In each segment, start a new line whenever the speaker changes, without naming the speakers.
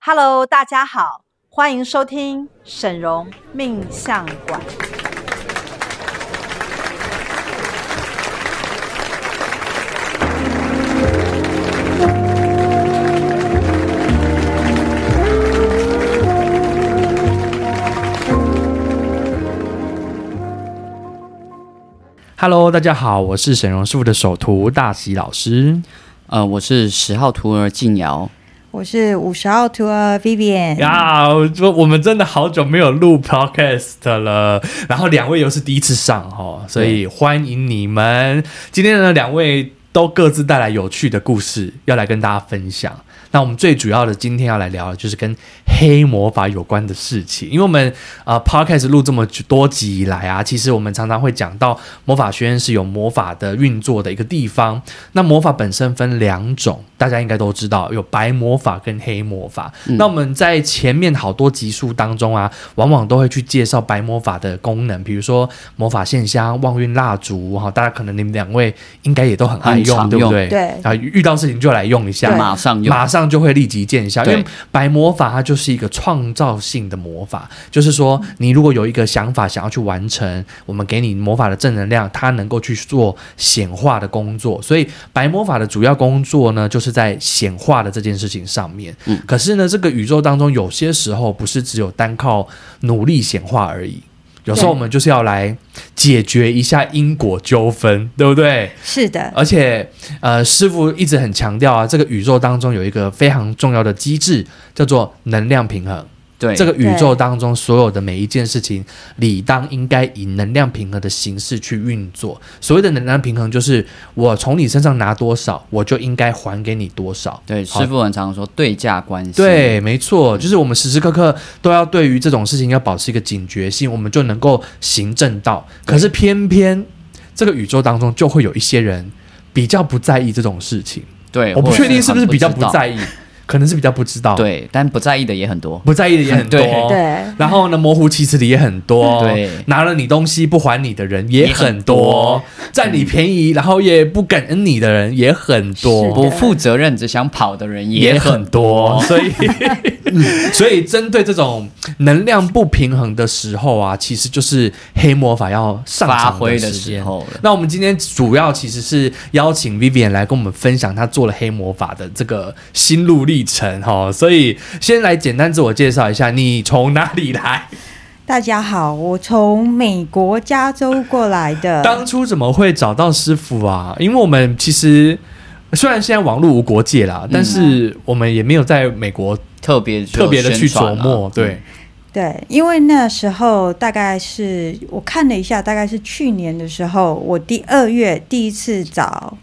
Hello，大家好，欢迎收听沈荣命相馆。
Hello，大家好，我是沈荣树的首徒大喜老师。
呃，我是十号徒儿静瑶，
我是五十号 t o u Vivian，
呀，我我们真的好久没有录 podcast 了，然后两位又是第一次上哦，所以欢迎你们。今天呢，两位都各自带来有趣的故事要来跟大家分享。那我们最主要的今天要来聊的就是跟黑魔法有关的事情，因为我们呃 podcast 录这么多集以来啊，其实我们常常会讲到魔法学院是有魔法的运作的一个地方。那魔法本身分两种，大家应该都知道，有白魔法跟黑魔法。
嗯
那我们在前面好多集数当中啊，往往都会去介绍白魔法的功能，比如说魔法线香、旺运蜡烛哈，大家可能你们两位应该也都很爱
很
用，
常
对不
用
对？
对
啊，遇到事情就来用一下嘛。
马上用
马上就会立即见效。因
对
为白魔法它就是一个创造性的魔法，就是说你如果有一个想法想要去完成，我们给你魔法的正能量，它能够去做显化的工作。所以白魔法的主要工作呢，就是在显化的这件事情上面。
嗯
可是呢，这个宇宙当中有些时候不是只有单靠努力显化而已。有时候我们就是要来解决一下因果纠纷，对不对？
是的，
而且，呃，师傅一直很强调啊，这个宇宙当中有一个非常重要的机制，叫做能量平衡。
对
这个宇宙当中所有的每一件事情，理当应该以能量平衡的形式去运作。所谓的能量平衡，就是我从你身上拿多少，我就应该还给你多少。
对
好
师傅很常说对价关系，
对，没错，就是我们时时刻刻都要对于这种事情要保持一个警觉性，我们就能够行正道。可是偏偏这个宇宙当中就会有一些人比较不在意这种事情，
对，
我不
或者
确定是
很
不是比较
知
不
道
在意，可能是比较不知道，，
对，但不在意的也很多，
不在意的也很多，哦
对
对
然后呢，模糊其词的也很多，哦
对
拿了你东西不还你的人也
也
很
很
多
多，
占你便宜然后也不感恩你的人也很多，
是的
不负责任只想跑的人
也很
很
多，所 以所以针对这种能量不平衡的时候啊，其实就是黑魔法要上
发
场
挥
的
的
时
时
间。
候了。
那我们今天主要其实是邀请 Vivian 来跟我们分享她做了黑魔法的这个心路历程哈、所以先来简单自我介绍一下，你从哪里来？
大家好，我从美国加州过来
呃
的，
当初怎么会找到师傅啊？因为我们其实虽然现在网络无国界啦，但
嗯
是我们也没有在美国
特别做
特别的去
宣传
琢
啊
磨，对，
对，因为那时候大概是我看了一下，大概是去年的时候，我第二月第一次找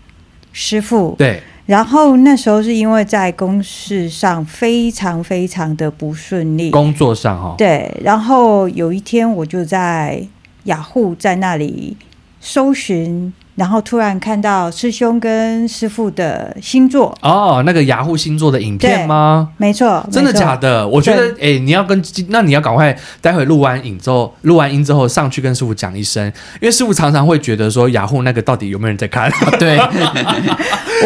师傅，
对，
然后那时候是因为在公事上非常非常的不顺利，
工作上哈、哦，
对，然后有一天我就在雅虎在那里搜寻，然后突然看到师兄跟师傅的星座，
哦，那个雅虎星座的影片吗？
没哦错，
真的假
的？
的？我觉得，哎、你要跟那你要赶快，待会录完影之后，录完音之后上去跟师傅讲一声，因为师傅常常会觉得说雅虎那个到底有没有人在看？
嗯对，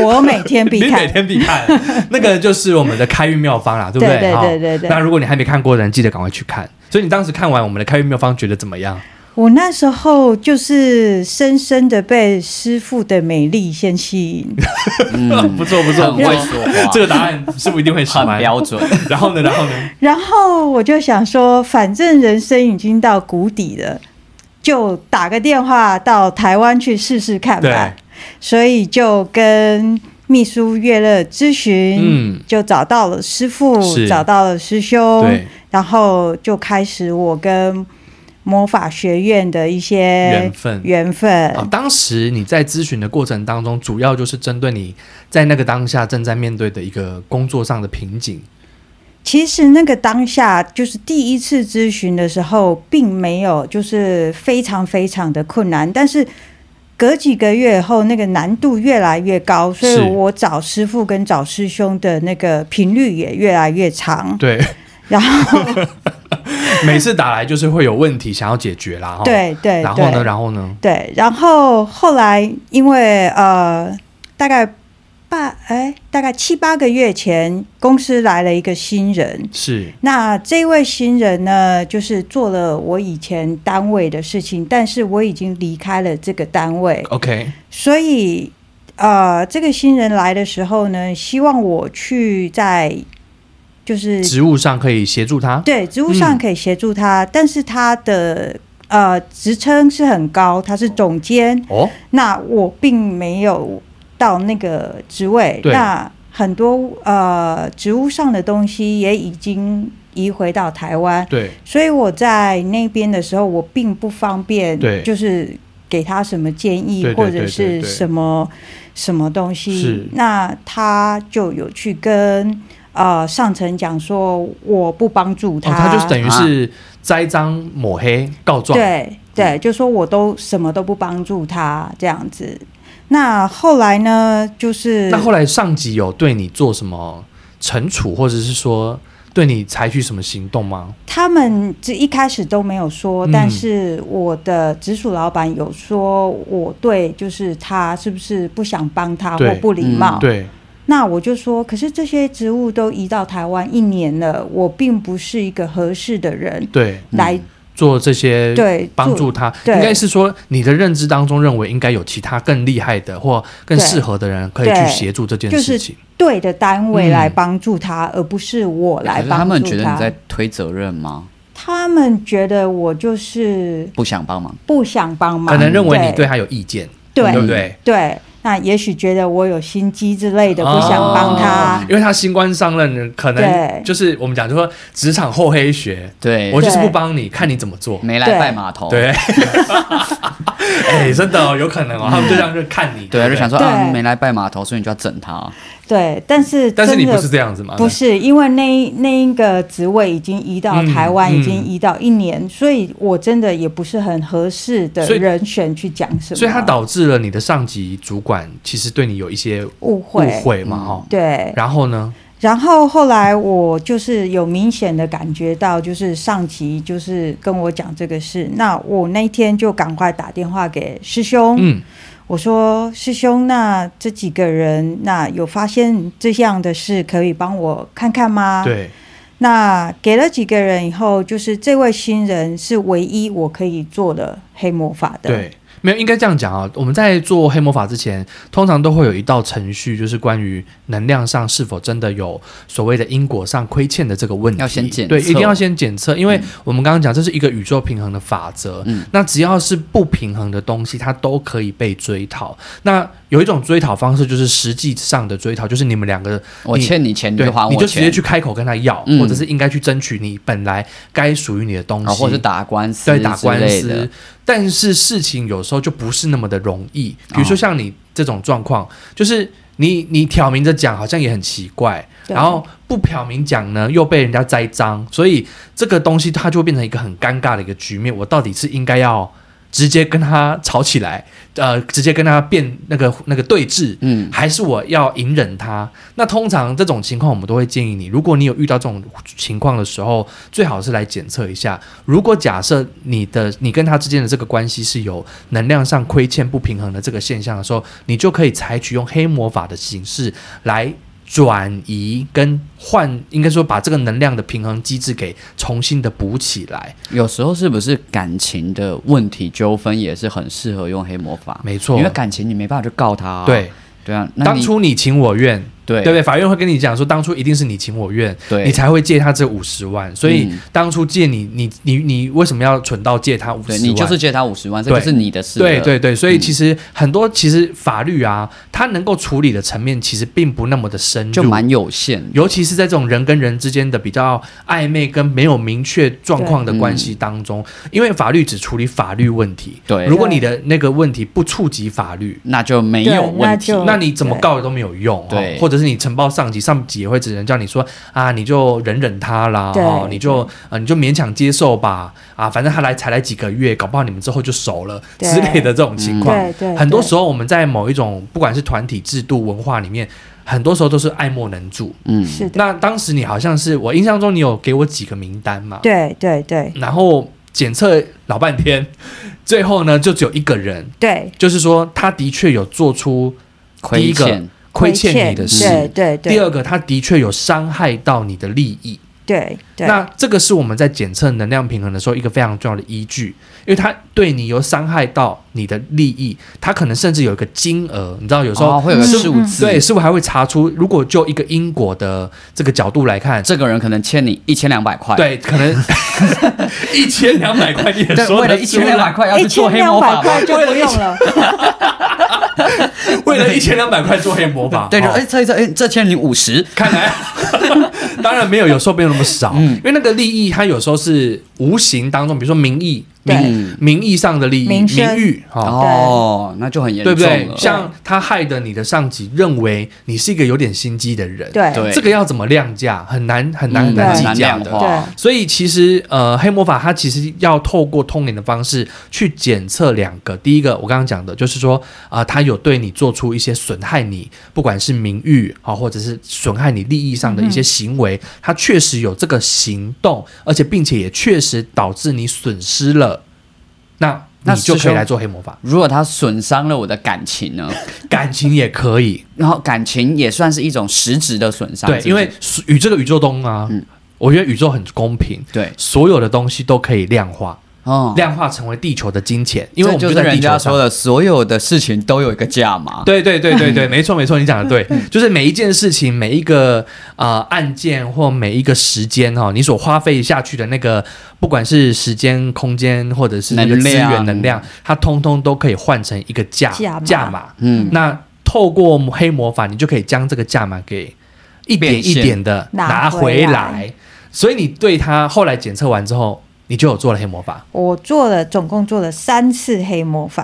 我每天必
你每
看，
天必看， 那个就是我们的开运妙方啦，对不
对对
好
对对对
那如果你还没看过的人，记得赶快去看。所以你当时看完我们的开运妙方，觉得怎么样？
我那时候就是深深的被师傅的美丽先吸引，
嗯，
不错不
很会说话，
这个答案师傅一定会喜
很
欢。
标准，
然后呢，然后呢？
然后我就想说，反正人生已经到谷底了，就打个电话到台湾去试试看吧
对。
所以就跟秘书约了咨询，
嗯
就找到了师傅
是，
找到了师兄
对，
然后就开始我跟魔法学院的一些
缘分
缘分
啊，当时你在咨询的过程当中，主要就是针对你在那个当下正在面对的一个工作上的瓶颈。
其实那个当下，就是第一次咨询的时候，并没有就是非常非常的困难，但是隔几个月后，那个难度越来越高，所以
是
我找师傅跟找师兄的那个频率也越来越长。
对，
然后，，
每次打来就是会有问题想要解决啦。哈
对对
然后呢，
对
然后呢？
对，然后后来因为呃，大概半哎，大概七八个月前，公司来了一个新人。
是
那这位新人呢，就是做了我以前单位的事情，但是我已经离开了这个单位，
OK，
所以呃，这个新人来的时候呢，希望我去在就是
职务上可以协助他。
对职务上
嗯
可以协助他，但是他的呃职称是很高，他是总监，
哦，
那我并没有到那个职位，
对
那很多呃职务上的东西也已经移回到台湾，
对，哦
所以我在那边的时候，我并不方便，
对
就是给他什么建议
对对
或
对
者
对
是
对
什么什么东
是
西，那他就有去跟呃上层讲说我不帮助
哦，他就是等于
啊
是栽赃抹黑告状。
对
嗯
对，就说我都什么都不帮助他这样子。那后来呢，就是
那后来上级有对你做什么惩处，或者是说对你采取什么行动吗？
他们这一开始都没有说，
嗯
但是我的直属老板有说我对，就是他是不是不想帮他
对
或不礼貌
嗯？
对，
那我就说，可是这些职务都移到台湾一年了，我并不是一个合适的人
对，
来
做这些
对
嗯帮
呃做
助他，
对
应该是说你的认知当中认为应该有其他更厉害的或更
对
适合的人可以去
对
协助这件
就是
事情。
对的单位
嗯
来帮助他，而不是我来
可是
帮助
他们觉得你在推责任吗？
他们觉得我就是
不想帮忙，
不想帮忙，
可能认为你对他有意见，
对
对不
嗯
对
对？
对那也许觉得我有心机之类的，不想帮他
哦。因为他新官上任，可能
对
就是我们讲就说职场厚黑学，
对，
我就是不帮你，看你怎么做。
没来
对
拜码头，
对， 哎，真的哦，有可能哦，他们就这样就看你，
哦对，
不
就想说啊，
对
没来拜码头，所以你就要整他，啊
对，但是
但是你
真的
不是啊这样子嘛？
不是因为那一那一个职位已经移到台湾，
嗯
已经移到一年，所以我真的也不是很合适的
所以
人选去讲什么，
所以它导致了你的上级主管其实对你有一些误
误会。
会
嗯
嘛，哈。
对，
然后呢？
然后后来我就是有明显的感觉到，就是上级就是跟我讲这个事，那我那天就赶快打电话给师兄，
嗯，
我说：“师兄，那这几个人，那有发现这样的事，可以帮我看看吗？”。
对，
那给了几个人以后，就是这位新人是唯一我可以做的黑魔法的。。
对，没有应该这样讲啊。我们在做黑魔法之前，通常都会有一道程序，就是关于能量上是否真的有所谓的因果上亏欠的这个问题。
要先检测
对，一定要先检测，因为我们刚刚讲这是一个宇宙平衡的法则。
嗯
那只要是不平衡的东西，它都可以被追讨。那有一种追讨方式就是实际上的追讨，就是你们两个
我
你
欠你钱，你
对
就还，我
你
钱，
就直接去开口跟他要，
嗯
或者是应该去争取你本来该属于你的东西，
啊，或者是打官司，
对打官
的
司。。但是事情有时候就不是那么的容易，比如说像你这种状况，就是你你挑明着讲好像也很奇怪，
对
然后不挑明讲呢又被人家栽赃，所以这个东西它就会变成一个很尴尬的一个局面。我到底是应该要？直接跟他吵起来，呃，直接跟他辩那个那个对峙，
嗯，
还是我要隐忍他？那通常这种情况，我们都会建议你，如果你有遇到这种情况的时候，最好是来检测一下。如果假设你的你跟他之间的这个关系是有能量上亏欠不平衡的这个现象的时候，你就可以采取用黑魔法的形式来。转移跟换，应该说把这个能量的平衡机制给重新的补起来，
有时候是不是感情的问题纠纷也是很适合用黑魔法？
没错
因为感情你没办法去告他、啊。
对，
对啊，那你
当初你情我愿，
对
对不对？法院会跟你讲说，当初一定是你情我愿，
对
你才会借他这五十万。所以
嗯
当初借你，你你你为什么要蠢到借他五十
对
万？
你就是借他五十万，这
对
就是你的事了。
对对对，所以
嗯
其实很多其实法律啊，它能够处理的层面其实并不那么的深入，
就蛮有限的。
尤其是在这种人跟人之间的比较暧昧跟没有明确状况的关系当中，因为法律只处理法律问题。
嗯对
如果你的那个问题不触及法律，
那就没有
对那
问题。
就
那你怎么告都没有用，
对
哦或者是你呈报上级，上级也会只能叫你说啊，你就忍忍他啦，
对
哦，你就呃你就勉强接受吧，啊，反正他来才来几个月，搞不好你们之后就熟了
对
之类的这种情况，
对对对
很多时候我们在某一种不管是团体制度文化里面，很多时候都是爱莫能助。
嗯，
是的，
那当时你好像是我印象中你有给我几个名单嘛，
对对对
然后检测老半天，最后呢就只有一个人，
对
就是说他的确有做出第
亏
一个
欠
亏欠你的事。
对对对，
第二个，它的确有伤害到你的利益。
对对，
那这个是我们在检测能量平衡的时候一个非常重要的依据，因为它对你有伤害到你的利益，它可能甚至有一个金额，你知道有时候、
哦会有个
嗯
数
嗯
字，
对，师傅还会查出，如果就一个因果的这个角度来 看，
这个人可能欠你一千两百块，，
对，可能一千两百块你也
但
说
为了
得
一
出
千两
来
百，块要
一
去做
哎千
黑
两
魔
百
法吗？
块就不用了，
为了一千两百块做黑魔法，
对，就
哦
哎，测一测，哎，这欠你五十，
看来 当然没有，有时候没有那么少，
嗯
因为那个利益它有时候是无形当中，比如说名义、
对
名名义上的利益、
名声
名誉，哈、
哦，那就很严
对
重
不对？
了。
像他害得你的上级认为你是一个有点心机的人，
对
对
这个要怎么量价，很难很难
嗯
很难
对
计
很难
价
量
的
化。
对
所以其实呃，黑魔法它其实要透过通灵的方式去检测两个，第一个我刚刚讲的就是说啊、它有对你做出一些损害你，不管是名誉啊、或者是损害你利益上的一些行为，它确实有这个行动，而且并且也确实导致你损失了，那
那
你就可
师
以
兄
来做黑魔法，
如果他损伤了我的感情呢？
感情也可以。
然后感情也算是一种实质的损伤，
对，
是不是
因为所宇这个宇宙中啊，
嗯
我觉得宇宙很公平，
对
所有的东西都可以量化，
哦，
量化成为地球的金钱，因为我
这
们
就是
在
人
地
家
球
说
上。
的，所有的事情都有一个价嘛。
对对对对 对，没错没错，你讲的对，就是每一件事情、每一个啊、呃案件或每一个时间哈、哦，你所花费下去的那个，不管是时间、空间或者是那个
能
资
量
源能量，它通通都可以换成一个价
价码
价码。
嗯，
那透过黑魔法，你就可以将这个价码给一点一点的拿
拿
回
回
来。
来
所以你对它后来检测完之后，你就有做了黑魔法
我做了总共做了三次黑魔法，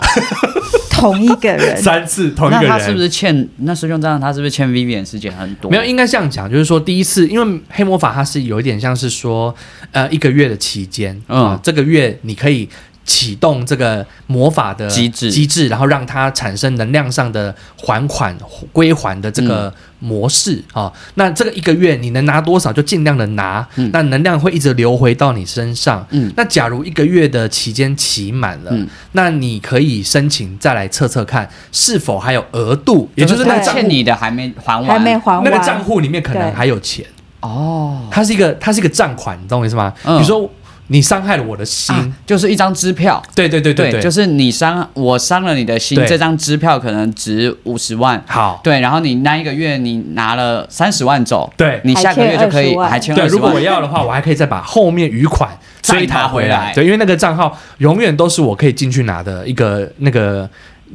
同一个人，
三次，同
那他是不是欠？那师兄这样，他是不是欠 Vivian 师姐很多？
没有，应该这样讲，就是说第一次，因为黑魔法它是有一点像是说，呃，一个月的期间，嗯、
嗯
这个月你可以启动这个魔法的
机制
机制，然后让它产生能量上的还款归还的这
嗯
个模式啊、那这个一个月你能拿多少就尽量的拿，
嗯
那能量会一直流回到你身上。
嗯
那假如一个月的期间期满了，
嗯
那你可以申请再来测测看是否还有额度，也就是那
对
账户
欠你的还没还完，
还没还完。
那个账户里面可能还有钱，
哦。
它是一个它是一个账款，你懂我意思吗？
嗯
比如说你伤害了我的心，
啊就是一张支票，
对对对对，
就是是你伤我伤了你的心
对，
这张支票可能值五十万，
好。
对，然后你那一个月你拿了三十万走，
对
你下个月就可以还
还
欠
对，
二十
如果我
万，
要的话，我还可以再把后面余款追
再拿
回
回来
对，因为那个账号永远都是我可以进去拿的一个那个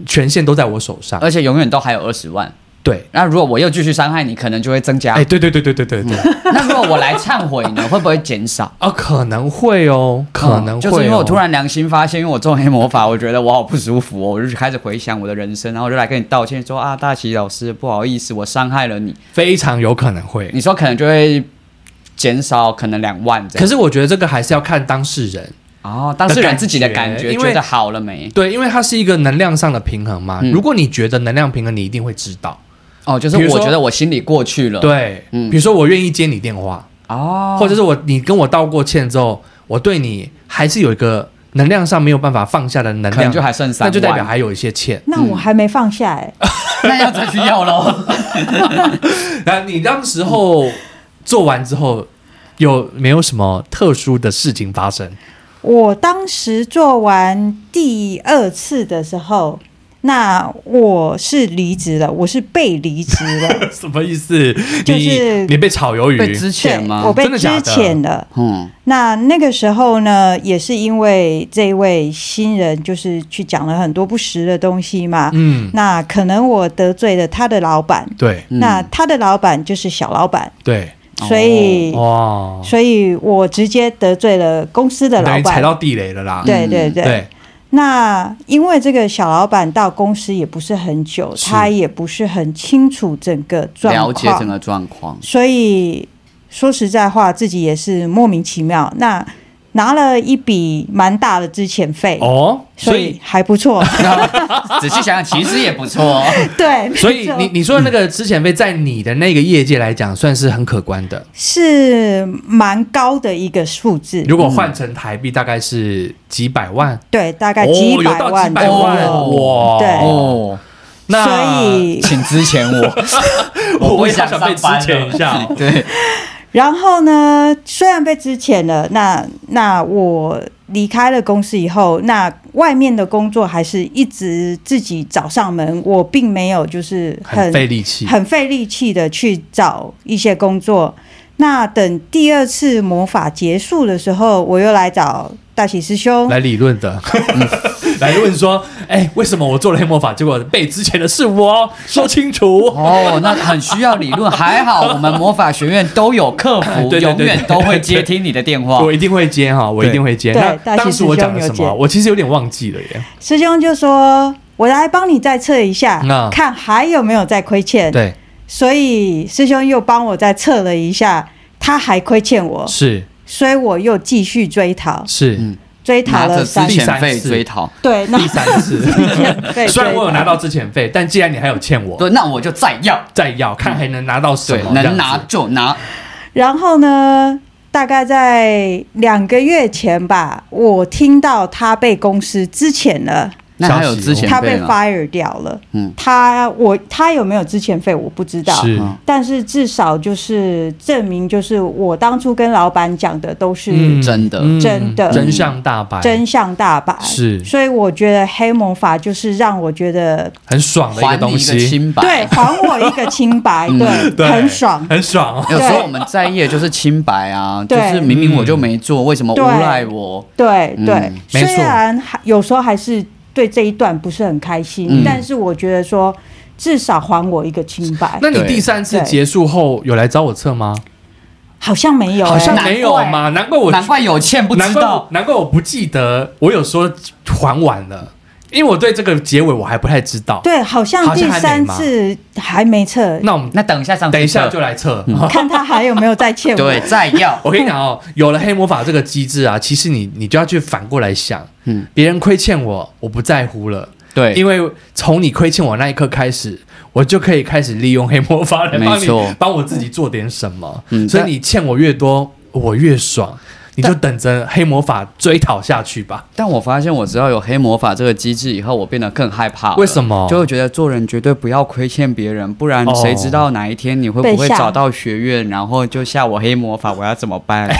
权限都在我手上。
而且永远都还有二十万。
对，
那如果我又继续伤害你，可能就会增加
哎，。对对对对对对对，
那如果我来忏悔呢，会不会减少？
啊，可能会哦，可能
嗯
会哦。
就是因为我突然良心发现，因为我做黑魔法，我觉得我好不舒服哦，我就开始回想我的人生，然后我就来跟你道歉说啊，大齐老师，不好意思，我伤害了你。
非常有可能会，
你说可能就会减少可能两万这
可
样。
是我觉得这个还是要看当事人。
哦，当事人自己的
的
感
感觉
觉
因为
觉得好了没？
对，因为它是一个能量上的平衡嘛。
嗯
如果你觉得能量平衡，你一定会知道。
哦，就是
比如说
我觉得我心里过去了。
对，
嗯
比如说我愿意接你电话，
哦，
或者是我你跟我道过歉之后，我对你还是有一个能量上没有办法放下的能
可能
量，
就还剩三
那
万，
就代表还有一些欠。
那我还没放下哎、
那要再去要喽。
那你当时候做完之后，有没有什么特殊的事情发生？，
我当时做完第二次的时候，那我是离职了，我是被离职了
什么意思？
就是
你你被炒鱿
被
鱼？
之前吗？
对我被
真的假的
之前了。
嗯，
那那个时候呢，也是因为这位新人就是去讲了很多不实的东西嘛，
嗯，
那可能我得罪了他的老板，
对
嗯
那他的老板就是小老板，
对，
所以、
嗯
哦哇，
所以我直接得罪了公司的
等
老
于踩
板。
到地雷了啦。
对对
嗯
对，
对
那因为这个小老板到公司也不是很久，
是
他也不是很清楚整个
了
状
解整
况，
个状况。
所以说实在话，自己也是莫名其妙。那拿了一笔蛮大的资遣费，
哦，
所
所
以
以
还不错。
仔细想想，其实也不错。 哦
对，
所
没
以
错
你你说的那个之前费，在你的那个业界来讲，算是很可观的。
是蛮高的一个数字，
如果换成台币，大概是几百万，
对，大概
哦
嗯几
有到
万左
几百
右。
万
哦
哇！
对
哦，
那
所以
请之前 我，
我
不
我也
想
想被
上
之
班
前一 下
了对，
然后呢，虽然被支遣了，那那我离开了公司以后，那外面的工作还是一直自己找上门，我并没有就是很
很费力气。
很费力气的去找一些工作。那等第二次魔法结束的时候，我又来找大喜师兄，
来理 论的，来问说，哎、为什么我做了黑魔法，结果被之前的是我，说清楚。
哦，那很需要理论，还好我们魔法学院都有客服，
对对对
永远都会接听你的电话
我。一定会接哈，我一定会接。
对
那
大
当
西
时
师
我讲
兄
了
有
什么？
接
我其实有点忘记了耶。
师兄就说：“我来帮你再测一下，
那
看还有没有再亏欠。”
对，
所以师兄又帮我再测了一下，他还亏欠我，
是
所以我又继续追讨，
是，
嗯
追讨
拿
了
着之
三
第
前
三
费
次
追讨，
对，那
第三次。
对
虽然我有
追
拿
讨
到之前费，但既然你还有欠我，
对，那我就再要，
再要看还能拿到什
对，
么，哦这样
能
子
拿就拿。
然后呢，大概在两个月前吧，我听到他被公司资遣了，
那还有之前
他
费
被
吗？
fire 掉了。
嗯
他我他有没有资遣费我不知道，
是
嗯
但是至少就是证明，就是我当初跟老板讲的都是
嗯
真的
嗯
真的
真相大白，
真相大白。
是
所以我觉得黑魔法就是让我觉得
很爽的一个
还你
东
一个
西，
清白。
对，还我一个清白，
嗯
对，
对，
很爽。
很爽哦。
有时候我们在意的就是清白啊，就
对
是明明我就没做，为什么诬赖我？
对
嗯
对，
没
虽
错
然还有时候还是对这一段不是很开心，
嗯
但是我觉得说至少还我一个清白，
那你第三次结束后有来找我测吗？
好像没有、欸，
好像没有嘛，难怪我
难怪有欠不
难
知
怪
道
我，难怪我不记得我有说还完了，因为我对这个结尾我还不太知道。
对，好像
好
第
像还没
三
嘛
次还没 测，
那我们
那等一下上去
等一下
测
就来测。
嗯
看他还有没有再欠我
对，。再要
我跟你讲哦，有了黑魔法这个机制啊，其实你你就要去反过来想，
嗯
嗯，别人亏欠我，我不在乎了，
对，
因为从你亏欠我那一刻开始，我就可以开始利用黑魔法来帮
没
你
错
帮我自己做点什么。
嗯
所以
但
你欠我越多，我越爽，你就等着黑魔法追讨下去吧。
但我发现，我只要有黑魔法这个机制以后，我变得更害怕了。
为什么
就会觉得做人绝对不要亏欠别人，不然
哦
谁知道哪一天你会不会
被吓
找到学院，然后就下我黑魔法，我要怎么 办？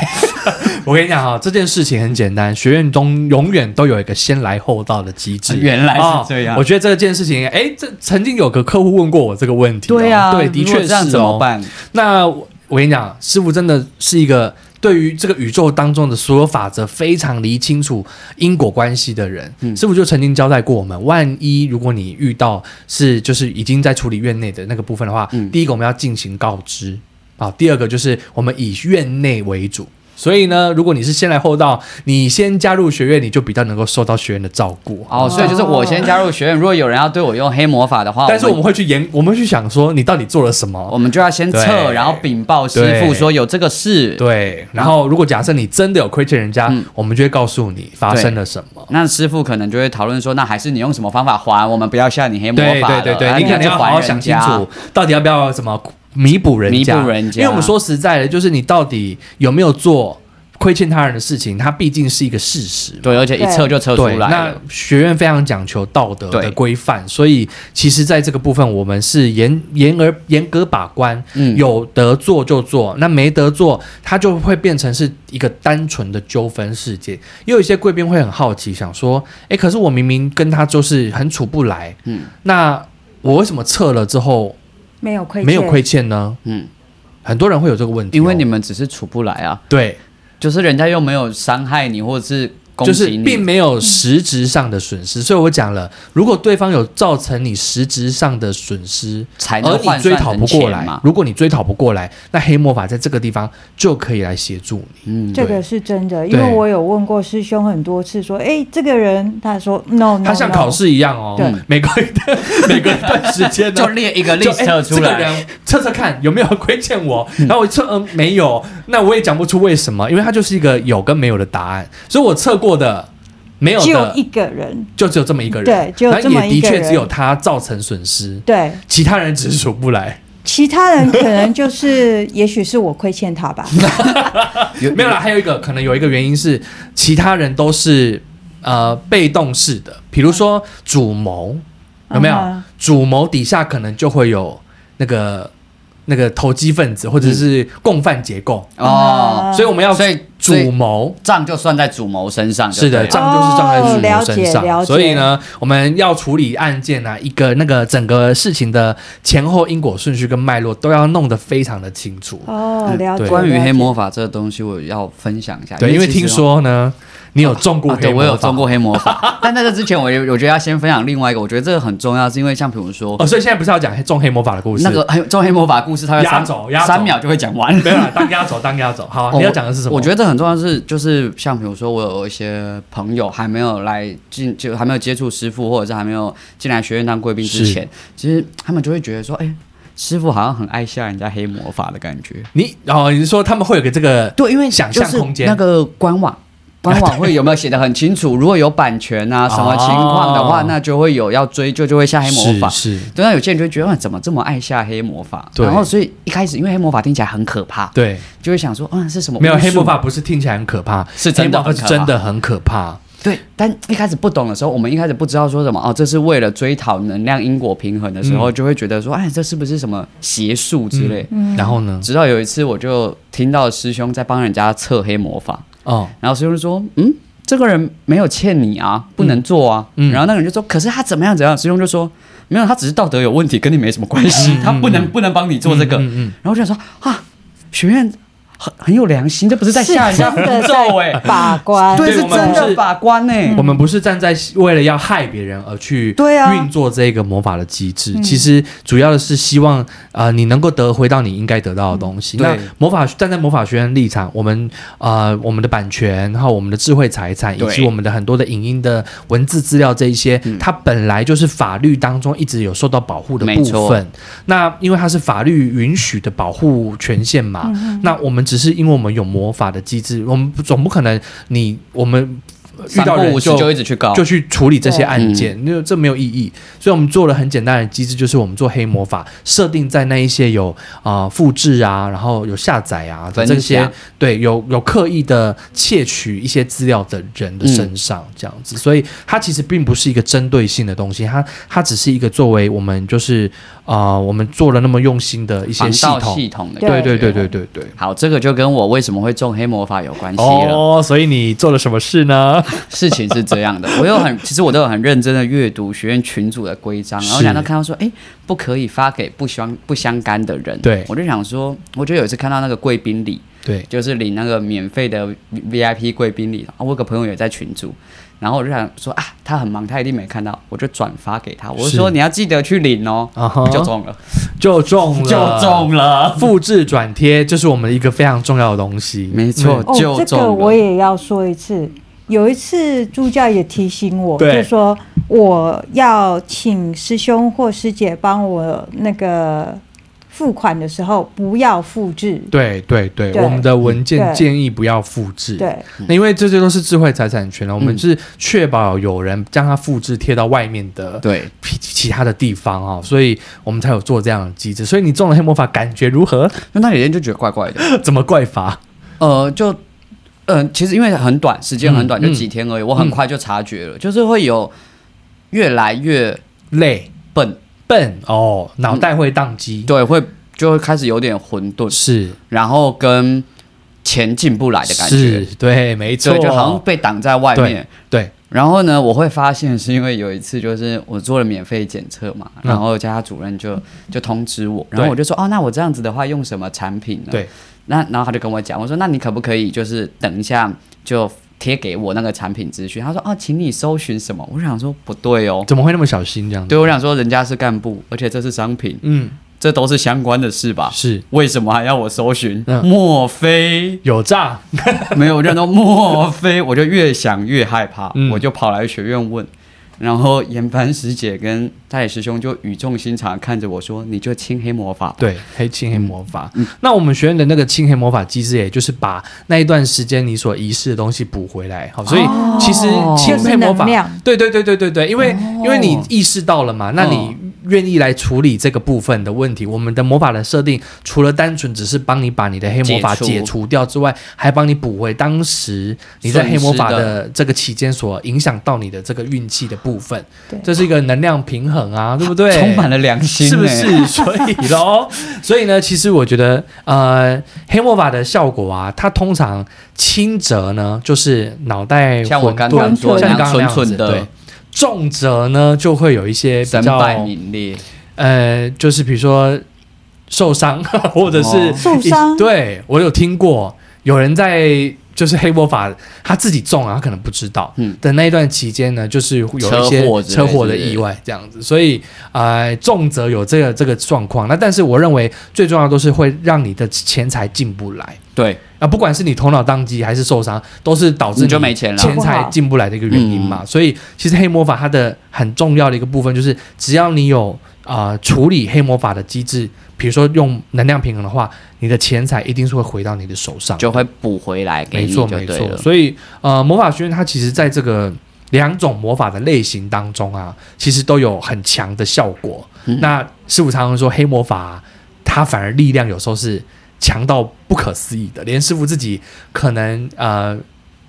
我跟你讲哈、这件事情很简单，学院中永远都有一个先来后到的机制。
啊原来
哦
是这样。
我觉得这个件事情，哎，这曾经有个客户问过我这个问题哦、
对啊，
对，的
如果
确是、哦、
这样怎么办？
那我我跟你讲，师傅真的是一个对于这个宇宙当中的所有法则非常理清楚因果关系的人。师傅就曾经交代过我们，万一如果你遇到是就是已经在处理院内的那个部分的话，
嗯
第一个我们要进行告知啊，第二个就是我们以院内为主。所以呢，如果你是先来后到，你先加入学院，你就比较能够受到学院的照顾。
哦，所以就是我先加入学院，如果有人要对我用黑魔法的话，
但是我们会去研，我们会去想说你到底做了什么，
我们就要先测，
对
然后禀报师
对
傅说有这个事。
对，然后如果假设你真的有亏欠人家，
嗯
我们就会告诉你发生了什么。
那师傅可能就会讨论说，那还是你用什么方法还？我们不要下你黑嗯魔
对
法
对
了
对
然后
对，你可能
去
要好
还
好
人
想清
家
楚，到底要不要怎么弥补人家？
弥补人家
因为我们说实在的，就是你到底有没有做亏欠他人的事情，它毕竟是一个事实嘛。
对，而且一测就测出
对，
来
那
了。
学院非常讲求道德
对
的规范，所以其实在这个部分，我们是严严而严格把关，
嗯
有得做就做，那没得做，它就会变成是一个单纯的纠纷事件。也有一些贵宾会很好奇，想说，诶，可是我明明跟他就是很处不来，
嗯
那我为什么撤了之后
没有亏欠，
没有亏欠呢？
嗯，
很多人会有这个问题哦、
因为你们只是处不来啊，
对，
就是人家又没有伤害你，或者是攻
就是
击你，
并没有实质上的损失，所以我讲了，如果对方有造成你实质上的损失，
才能
而
换
你追
算
讨
成
不过
钱
来
嘛，。
如果你追讨不过来，那黑魔法在这个地方就可以来协助你。
嗯，
这个是真的，因为
对
我有问过师兄很多次，说：“哎，这个人，他说 no no，
它像考，试一样哦
对，
每隔一段每隔一段时间呢
就。列一个
就哎
list 测出
这个
来。
人测测看有没有亏欠我，然后我一测嗯没有，那我也讲不出为什么，因为它就是一个有跟没有的答案，所以我测过的没有
只有
的
一个人，
就只有这么一个人，
对只有
然后
这么
也
一个
的确
人
只有他造成损失，
对，
其他人只是数不来，
其他人可能就是， 也许是我亏欠他吧。
没有啦。还有一个可能有一个原因是，其他人都是呃被动式的，比如说主谋，有没有
嗯哼
主谋底下可能就会有那个那个投机分子或者是共犯结构，
哦，
嗯
所以我们要
所以所以
主谋。
账就算在主谋身上就是对
的，
了，
账就是账在主
哦
谋
了解
身上，
了解
所以呢，我们要处理案件啊，一个那个整个事情的前后因果顺序跟脉络都要弄得非常的清楚。
哦，了解。
嗯对
关于黑
魔
魔法这个东西，我要分享一下，
对，因为
其实
听
哦
说呢，你有中过
啊，
黑
对
魔法，
我有中过黑魔法， 但在这之前我，有我觉得要先分享另外一个，我觉得这个很重要，是因为像比如说、
哦，所以现在不是要讲中黑魔法的故事，
那个黑 中黑魔法故事，它会
压
三
轴压轴
三秒就会讲完。
没有啦，当压轴，当压轴。好，
哦
你要讲的是什么？
我觉得这很重要是，就是像比如说，我有一些朋友还没有来进，就还没有接触师傅，或者是还没有进来学院当贵宾之前，其实他们就会觉得说，哎、师傅好像很爱下人家黑魔法的感觉。
你哦，你是说他们会有个这个
对，因为
想
就
象
是
空间
那个官网。官网会有没有写的很清楚？如果有版权啊什么情况的话，
哦
那就会有要追究，就会下黑魔法。
是是，
对，那有些人就会觉得哇怎么这么爱下黑魔法？
对
然后所以一开始因为黑魔法听起来很可怕，
对，
就会想说啊是什么巫术？
没有黑魔法不是听起来很可怕，
是真的
黑魔
很
法
可
是
怕
真的很可怕。
对，但一开始不懂的时候，我们一开始不知道说什么哦，这是为了追讨能量因果平衡的时候，
嗯
就会觉得说哎这是不是什么邪术之类？
然后呢？
直到有一次我就听到师兄在帮人家测黑魔法，
哦，
然后师兄就说：“嗯，这个人没有欠你啊，不能做啊。
嗯
然后那个人就说：“可是他怎么样怎么样？”师兄就说：“没有，他只是道德有问题，跟你没什么关系，他不能不能帮你做这个。
嗯嗯
然后我就想说：“啊，学院很很有良心，这不是在吓人家符
的
咒哎、
在把关，
对，
对
是
我们
真
是
的法官呢、欸
我们不是站在为了要害别人而去
对啊
运作这个魔法的机
嗯
制，其实主要的是希望呃你能够得回到你应该得到的东西。
嗯
那
对
魔法站在魔法学院立场，我们呃我们的版权，然后我们的智慧财产，以
对嗯
及我们的很多的影音的文字资料这一些，它本来就是法律当中一直有受到保护的
没
部
错
分。那因为它是法律允许的保护权限嘛，
嗯
那我们只是因为我们有魔法的机制，我们不总不可能你我们。遇
三
到
不
人
五时就一直嗯去告，
就去处理这些案件，那、这没有意义。所以我们做了很简单的机制，就是我们做黑魔法，设定在那一些有啊、呃复制啊，然后有下载啊
分
这些
享
对有有刻意的窃取一些资料的人的身上，这样子。所以它其实并不是一个针对性的东西，它它只是一个作为我们就是啊、呃我们做了那么用心的一些
防
系
盗
统。
系统的。
对
对
对对对对对。
好，这个就跟我为什么会中黑魔法有关系了。
哦，所以你做了什么事呢？
事情是这样的， 我有很，其实我都有很认真的阅读学院群组的规章，然后
是
想到看到说，哎、不可以发给不相不相干的人，
对
我就想说，我就有一次看到那个贵宾礼，
对，
就是领那个免费的 VIP 贵宾礼，啊，我有个朋友也在群组，然后我就想说啊，他很忙，他一定没看到，我就转发给他，我就是说你要记得去领哦，
啊哈
就中了，
就中了，
了，
复制转贴就是我们一个非常重要的东西，
没错
嗯
哦，
就
这
中
个
了
我也要说一次。有一次，助教也提醒我，
对
就说我要请师兄或师姐帮我那个付款的时候，不要复制。
对对对，
对
我们的文件
对
建议不要复制，
对，
那因为这些都是智慧财产权了，
嗯
我们是确保有人将它复制贴到外面的
对。
其其他的地方哦，所以我们才有做这样的机制。所以你中了黑魔法，感觉如何？
那那几天就觉得怪怪的，
怎么怪法？
呃，就嗯、呃，其实因为很短，时间很短，
嗯
就几天而已，我很快就察觉了，就是会有越来越
累、
笨，
笨哦，脑袋会宕机，
对，会就会开始有点混沌，
是
然后跟钱进不来的感觉，
是，对，没错，
对，就好像被挡在外面。
对
然后呢，我会发现是因为有一次，就是我做了免费检测嘛，
嗯
然后家主任就就通知我，然后
对
我就说，哦，那我这样子的话用什么产品呢？
对，
那然后他就跟我讲，我说那你可不可以就是等一下就贴给我那个产品资讯？他说哦，请你搜寻什么？我想说不对哦，
怎么会那么小心这样子？
对我想说人家是干部，而且这是商品，
嗯，
这都是相关的事吧？
是
为什么还要我搜寻？
嗯
莫非
有诈，
没有认到？莫非 我就越想越害怕，
嗯
我就跑来学院问。然后严凡师姐跟大野师兄就语重心长地看着我说：“你就清黑魔法吧。
对，黑青黑魔法。那我们学院的那个青黑魔法机制，也就是把那一段时间你所遗失的东西补回来。好，所以其实青黑魔
就是
法
能量，
对对对对对对，因为因为你意识到了嘛，那你
嗯
愿意来处理这个部分的问题。我们的魔法的设定，除了单纯只是帮你把你的黑魔法
解除
解除掉之外，还帮你补回当时你在黑魔法
损失
的这个期间所影响到你的这个运气的部分。
对
这是一个能量平衡啊，对不对？
充满了良心、欸，
是不是？ 所以咯，所以呢，其实我觉得，呃，黑魔法的效果啊，它通常轻则呢，就是脑袋
像我
混
刚
沌
刚说的
像
那
刚
样
刚那
蠢
样子
蠢
对
的，
重则呢就会有一些比
身败
较
名裂，
呃，就是比如说受伤， 或者是、
哦
受伤
对我有听过有人在就是黑魔法他自己中啊，他可能不知道。
嗯，
的那一段期间呢，就是有一些
车祸之类
车祸的意外这样子，所以呃，重则有这个这个状况。那但是我认为最重要的都是会让你的钱财进不来
对，
啊，不管是你头脑宕机还是受伤，都是导致
你就没钱了嗯
钱财进不来的一个原因嘛。所以其实黑魔法它的很重要的一个部分就是，只要你有啊、呃处理黑魔法的机制，比如说用能量平衡的话，你的钱财一定是会回到你的手上的。
就会补回来给
没
你
错，
就
没
对
错。
了。
所以呃，魔法学院它其实在这个两种魔法的类型当中啊，其实都有很强的效果。
嗯
那师傅常常说，黑魔法啊、它反而力量有时候是强到不可思议的，连师傅自己可能呃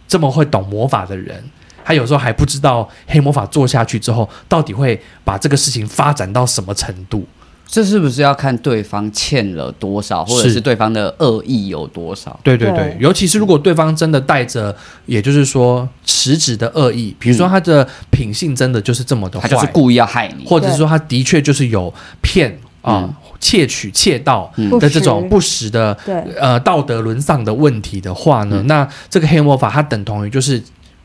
这么会懂魔法的人。他有时候还不知道黑魔法做下去之后，到底会把这个事情发展到什么程度。
这是不是要看对方欠了多少，或者
是
是对方的恶意有多少？
对对对
对，
尤其是如果对方真的带着，也就是说实质的恶意，比如说他的品性真的就是这么的
他
坏，
就是故意要害你，
或者是说他的确就是有骗啊、
嗯
窃取、窃盗
不
的
实
这种不实的
对
呃道德沦丧的问题的话呢，
嗯
那这个黑魔法它等同于就是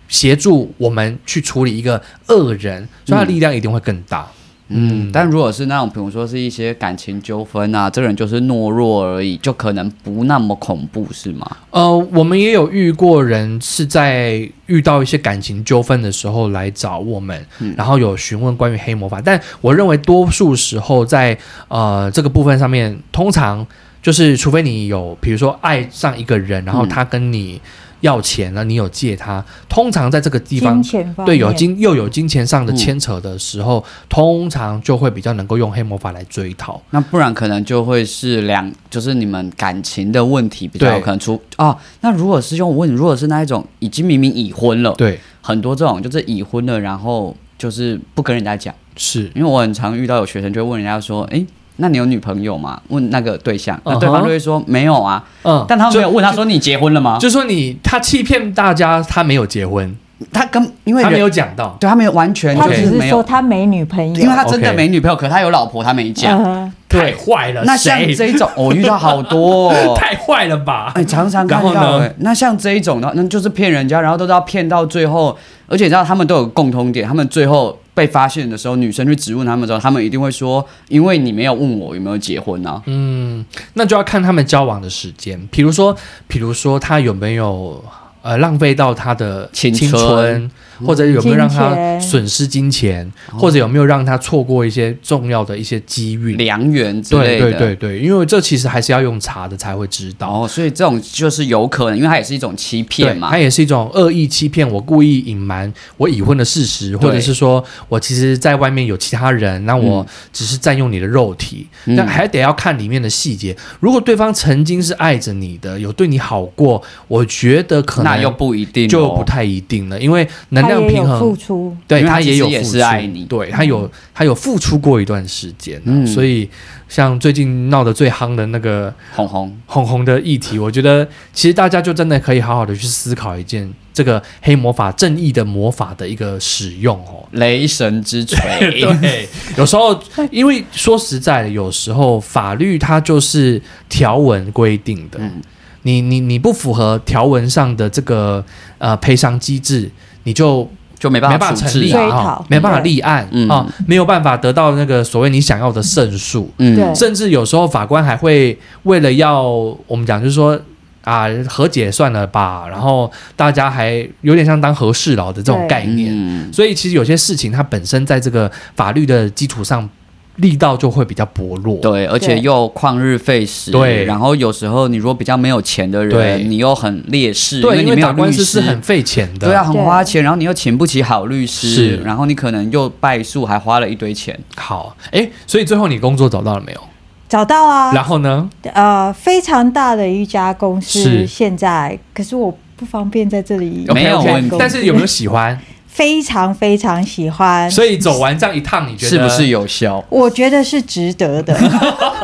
协助我们去处理一个恶人，所以它的力量一定会更大。
嗯，但如果是那种，比如说是一些感情纠纷啊，这个人就是懦弱而已，就可能不那么恐怖，是吗？
呃，我们也有遇过人是在遇到一些感情纠纷的时候来找我们，然后有询问关于黑魔法，但我认为多数时候在呃这个部分上面，通常就是除非你有比如说爱上一个人，然后他跟你要钱了，你有借他，通常在这个地方
金钱方
对，有
面
金又有金钱上的牵扯的时候，通常就会比较能够用黑魔法来追讨。
那不然可能就会是两，就是你们感情的问题比较有
对
可能出啊。那如果是用我问你，如果是那一种已经明明已婚了，
对，
很多这种就是已婚了，然后就是不跟人家讲，
是
因为我很常遇到有学生就会问人家说，诶，那你有女朋友吗？问那个对象，那对
嗯
方
哼
就会说没有啊，
嗯
但他们
就
没有问他说你结婚了吗？就
就说你他欺骗大家，他没有结婚，
他跟啊因为
他
人
没有讲到。
对他没有完全
他
就
OK
只
是
是
没
说
有，
他没女朋友，
因为他真的
OK
没女朋友，可他有老婆，他没讲。
嗯
太坏了，
那像
谁。
这一种，我遇到好多、哦
太坏了吧
哎、？常常看
然后
到
呢
哎、那像这一种的话，那就是骗人家，然后都知道骗到最后，而且你知道他们都有共通点，他们最后被发现的时候，女生去质问他们的时候，他们一定会说，因为你没有问我有没有结婚啊，
嗯，那就要看他们交往的时间，比如说，比如说他有没有呃浪费到他的
青
青
春
或者有没有让
金
他
钱
损失金钱，或者有没有让他错过一些重要的一些机遇？
良缘之类
对
的。
对对对，因为这其实还是要用查的才会知道。
哦，所以这种就是有可能，因为它也是一种欺
对，
骗嘛
它。也是一种恶意欺骗，我故意隐瞒我已婚的事实，或者是说我其实在外面有其他人，那我只是占用你的肉体，
嗯
但还得要看里面的细节。如果对方曾经是爱着你的，有对你好过，我觉得可
那又
能
不一定、哦，
就不太一定了，因为能
他
量
也
平
有付
衡。
出，
对
因为他
也有
其实也
付
是
出
爱你
对他有他有付出过一段时间啊、
嗯
所以像最近闹得最夯的那个
红红。
红红的议题，我觉得其实大家就真的可以好好的去思考一件这个黑魔法正义的魔法的一个使用 哦。
雷神之锤，
对，有时候因为说实在的，有时候法律它就是条文规定的，
嗯
你你你不符合条文上的这个呃赔偿机制，你就
就没办
没
法
办法
处
成立
置
啊
追
啊。
哈
讨，
没办法
对
立案
嗯
啊，没有办法得到那个所谓你想要的胜诉。
嗯
对
甚至有时候法官还会为了要我们讲，就是说啊和解算了吧，然后大家还有点像当和事佬的这种
对
概念。
嗯，
所以其实有些事情它本身在这个法律的基础上。力道就会比较薄弱。
对，而且
对
又旷日费时，
对
然后有时候你如果比较没有钱的
对
人，你又很劣势，
对，
因
因
你
为
没有
打官
律
司
师
是很费钱的。
对啊，很
对
花钱，然后你又请不起好律师
是，
然后你可能又败诉，还花了一堆钱。
好，哎，所以最后你工作找到了没有？
找到啊，
然后呢？
呃，非常大的一家公
是
司，现在可是我不方便在这里
OK，OK，
没有
讲
问题
公司
但是有没有 喜欢？
非常非常喜欢，
所以走完这样一趟，你觉得
是不是有效？
我觉得是值得的。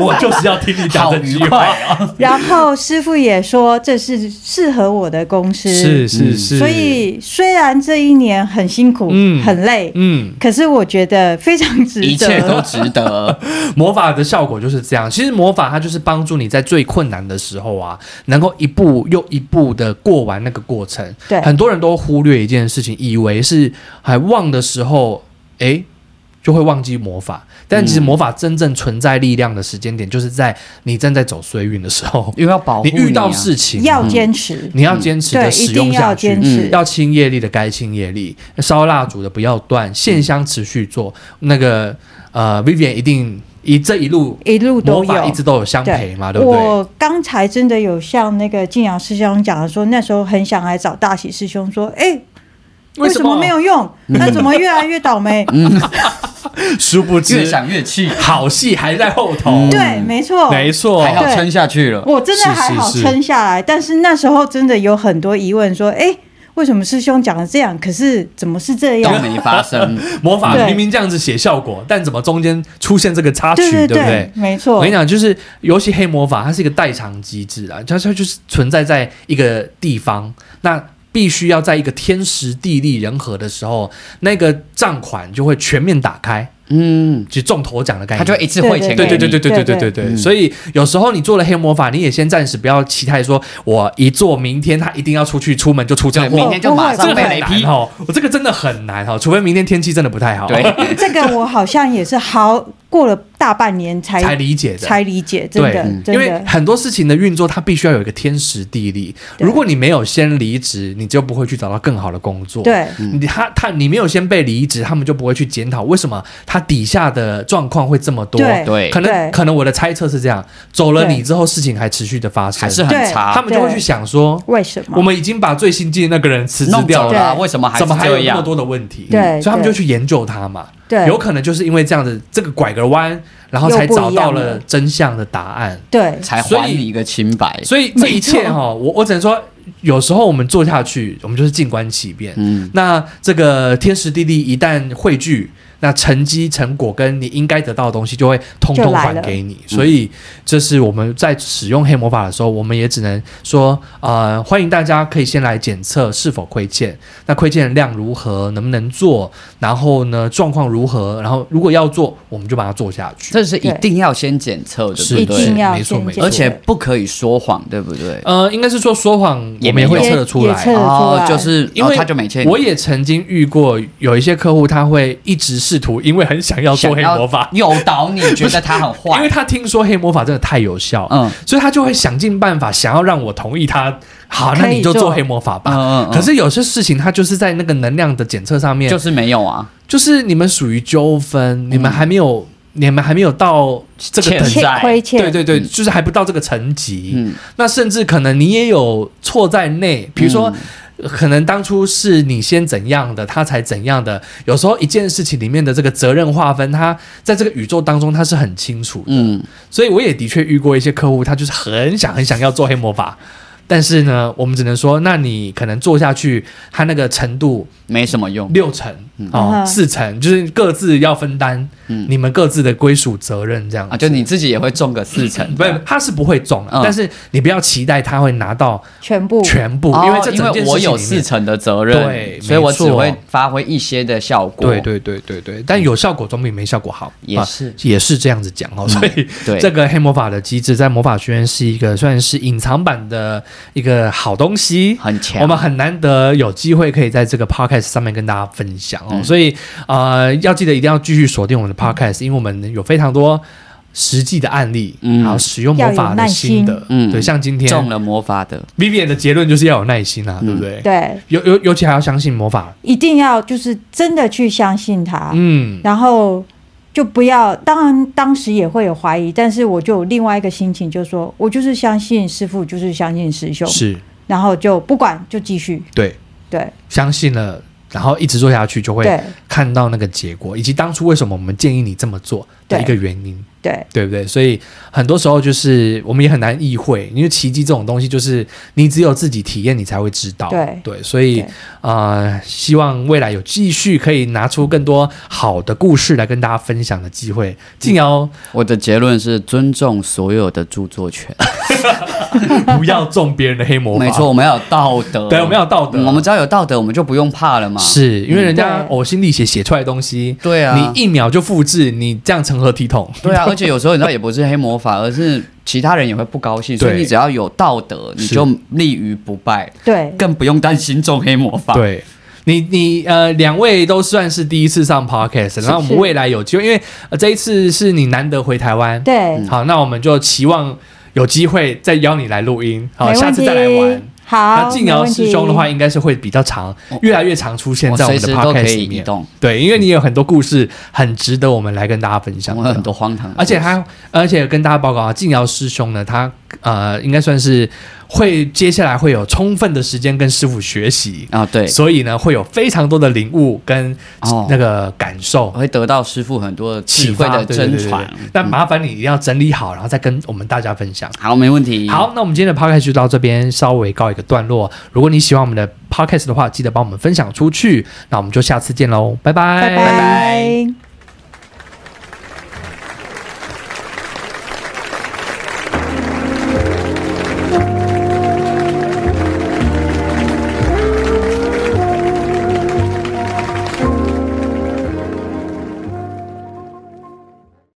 我就是要听你讲这句话。
啊
然后师傅也说这是适合我的公司，
是是是，
所以虽然这一年很辛苦，
嗯
很累，
嗯，
可是我觉得非常 值得，
一切都值得。
魔法的效果就是这样。其实魔法它就是帮助你在最困难的时候啊，能够一步又一步的过完那个过程。
对
很多人都忽略一件事情，以为是还忘的时候，诶，就会忘记魔法。但其实魔法真正存在力量的时间点，就是在你正在走衰运的时候，
因为要保护
你遇到
啊
事情嗯
要坚持。
你要坚持的
对，一
使用
定要
下去
坚，持。
要清业力的该清业力，烧蜡烛的不要断，线香持续做。那个呃，Vivian 一定一这一路
一路都
魔
有
法一直都有相陪嘛，对不对？
我刚才真的有像那个静阳师兄讲的说，那时候很想来找大喜师兄说，哎、为什么没？嗯有用？那怎么越来越倒霉？
嗯殊不
越
知
想越气，
好戏还在后头，
对，没错，
没错
还。好
对
撑下 去了。
我真的还好
是是是
撑下来，但是那时候真的有很多疑问，说，哎、为什么师兄讲的这样，可是怎么是这
都
样？
没发生，
魔法
对
明明这样子写效果，但怎么中间出现这个插曲，
对对
不对？
没
我
错
跟你，讲，就是尤其黑魔法，它是一个代偿机制啊，它它就是存在在一个地方，那必须要在一个天时地利人和的时候，那个账款就会全面打开，
嗯，
就中头奖的概
他
念。
就一次汇钱给
对
你，
对对对对对
对
对对
对
对，
嗯
所以有时候你做了黑魔法，你也先暂时不要期待说，我一做明天他一定要出去出门就出车
对明
祸，
天就马
这
上
个
被
很
雷
难
劈，
哦，我这个真的很难哦，除非明天天气真的不太好，
对，
这个我好像也是好过了大半年才
才理解的，
才理解，真
对
的，
嗯
因
真
为
的，
很多事情的运作，它必须要有一个天时地利。
对
如果你没有先离职，你就不会去找到更好的工作。，
对。
你他他你没有先被离职，他们就不会去检讨为什么他底下的状况会这么多。
对
对
可能
对
可能我的猜测是这样：走了
对
你之后，事情还持续的发生，
还是很
对
他
差，
们就会去想说，
为什么？
我们已经把最新进的那个人辞职
弄
掉了，
走
对
了，为什么还是
怎么还有
这
那么
样？
多的问题？
对
所以他们
对
就去研究他嘛。
对
有可能就是因为这样子，这个拐个弯，然后
又
才
不一
找到
样
了
了
真相的答案。
对
才
所以
还你一个清白，
所以这一切哈、我我只能说，有时候我们做下去，我们就是静观其变。
嗯，
那这个天时地利一旦汇聚，那成绩成果跟你应该得到的东西就会通通
就来
还
了
给你。所以这是我们在使用黑魔法的时候，我们也只能说，呃，欢迎大家可以先来检测是否亏欠，那亏欠的量如何，能不能做，然后呢状况如何，然后如果要做，我们就把它做下去。
这是一定要先检测的，
是
对
一
不
定
对？
要
没错
先
没错
检
而且
测
不可以说谎，对不对？
呃，应该是说说谎，我
也
们也
没
会
有
测得出
也
来。
测得出来
就是
因
哦
为
他就没欠你，
我也曾经遇过有一些客户，他会一直试图，因为很想要做
想
黑
要
魔法，
诱导你觉得他很
因为
坏，
他听说黑魔法真的太有效，
嗯
所以他就会想尽办法想要让我同意他。好，那
可以
你就
做
做黑魔法
嗯
吧。
嗯，嗯
可是有些事情，它就是在那个能量的检测上面，
就
就是
没有啊，
就是你们属于纠纷，
嗯
你们还没有，你们还没有到这个
欠
等级
债，
欠亏欠，
对对对，
嗯
就是还不到这个层级。
嗯，
那甚至可能你也有错在内，比如
嗯
说，可能当初是你先怎样的，他才怎样的。有时候一件事情里面的这个责任划分，它在这个宇宙当中它是很清楚的。
嗯，
所以我也的确遇过一些客户，他就是很想很想要做黑魔法。但是呢，我们只能说，那你可能做下去，他那个程度
没什么 用，
六成哦，
嗯
四成，就是各自要分担你们各自的归属责任这样子
嗯啊，就你自己也会中个四成，
不，他是不会中啊，
嗯
但是你不要期待他会拿到
全部
全部，
哦
因为这
因
整件
为
事
我
情
有
里
四
面。
成的责任，
对
所以我只
没错
会发挥一些的效果，
对，对对对对，但有效果总比没效果好，
也
啊
是
也是这样子讲哦。所以
对
这个黑魔法的机制在魔法学院是一个算是隐藏版的一个好东西，
很强，
我们很难得有机会可以在这个 podcast 上面跟大家分享哦，所以呃，要记得一定要继续锁定我们的 podcast，因为我们有非常多实际的案例，
嗯
然后使用魔法
要有
的
耐
心
心
得，
嗯
对，像今天
中了魔法的，
Vivian 的结论就是要有耐心啊，
嗯
对不对？
对，
尤尤尤其还要相信魔法，
一定要就是真的去相信他，
嗯，
然后就不要。当然当时也会有怀疑，但是我就有另外一个心情，就是说我就是相信师傅，就是相信师兄，
是
然后就不管就继续
对，
对
相信了，然后一直做下去就会
对
看到那个结果，以及当初为什么我们建议你这么做的一个原因，
对
对不对？所以很多时候就是我们也很难意会，因为奇迹这种东西就是你只有自己体验，你才会知道。
对
所以
对
呃，希望未来有继续可以拿出更多好的故事来跟大家分享的机会。 静瑶，
我的结论是尊重所有的著作权，
不要中别人的黑魔法。
没错，我们要有道德，
对我们要有道德
嗯我们只要有道德，我们就不用怕了嘛。，
是因为人家
嗯对
呕心沥血写出来的东西，
对啊
你一秒就复制，你这样成何体统？
对啊，而且有时候你知道也不是黑魔法，而是其他人也会不高兴，所以
对
你只要有道德，你
是
就立于不败，
对
嗯
更不用担心中黑魔法。，
对。你你呃，两位都算是第一次上 podcast，然后我们未来有机会，因为、呃、这一次是你难得回台湾，
对，
好，那我们就期望有机会再邀你来录音，好，
没
下
问
次
题
再来玩。。那
好，
静
没
瑶
问
师
题
兄的话，，应该是会比较长，越来越常出现
我
在我
哦随
们的
时都可
podcast
以
里
移
面。
动，
对，因为你有很多故事，很值得我们来跟大家分享
我
的。
有很多荒唐的故
啊而
事，
且他，而且跟大家报告啊，静瑶师兄呢，他呃，应该算是会接下来会有充分的时间跟师傅学习，
啊，对，
所以呢，会有非常多的领悟跟
哦
那个感受。
会得到师傅很多
启
智慧
发
的
对对
真
对对
传。嗯
对那麻烦你一定要整理好，然后再跟我们大家分享。
好，没问题。
好，，那我们今天的 podcast 就到这边稍微告一个段落。如果你喜欢我们的 podcast 的话，记得帮我们分享出去。那我们就下次见喽，拜拜，
拜拜。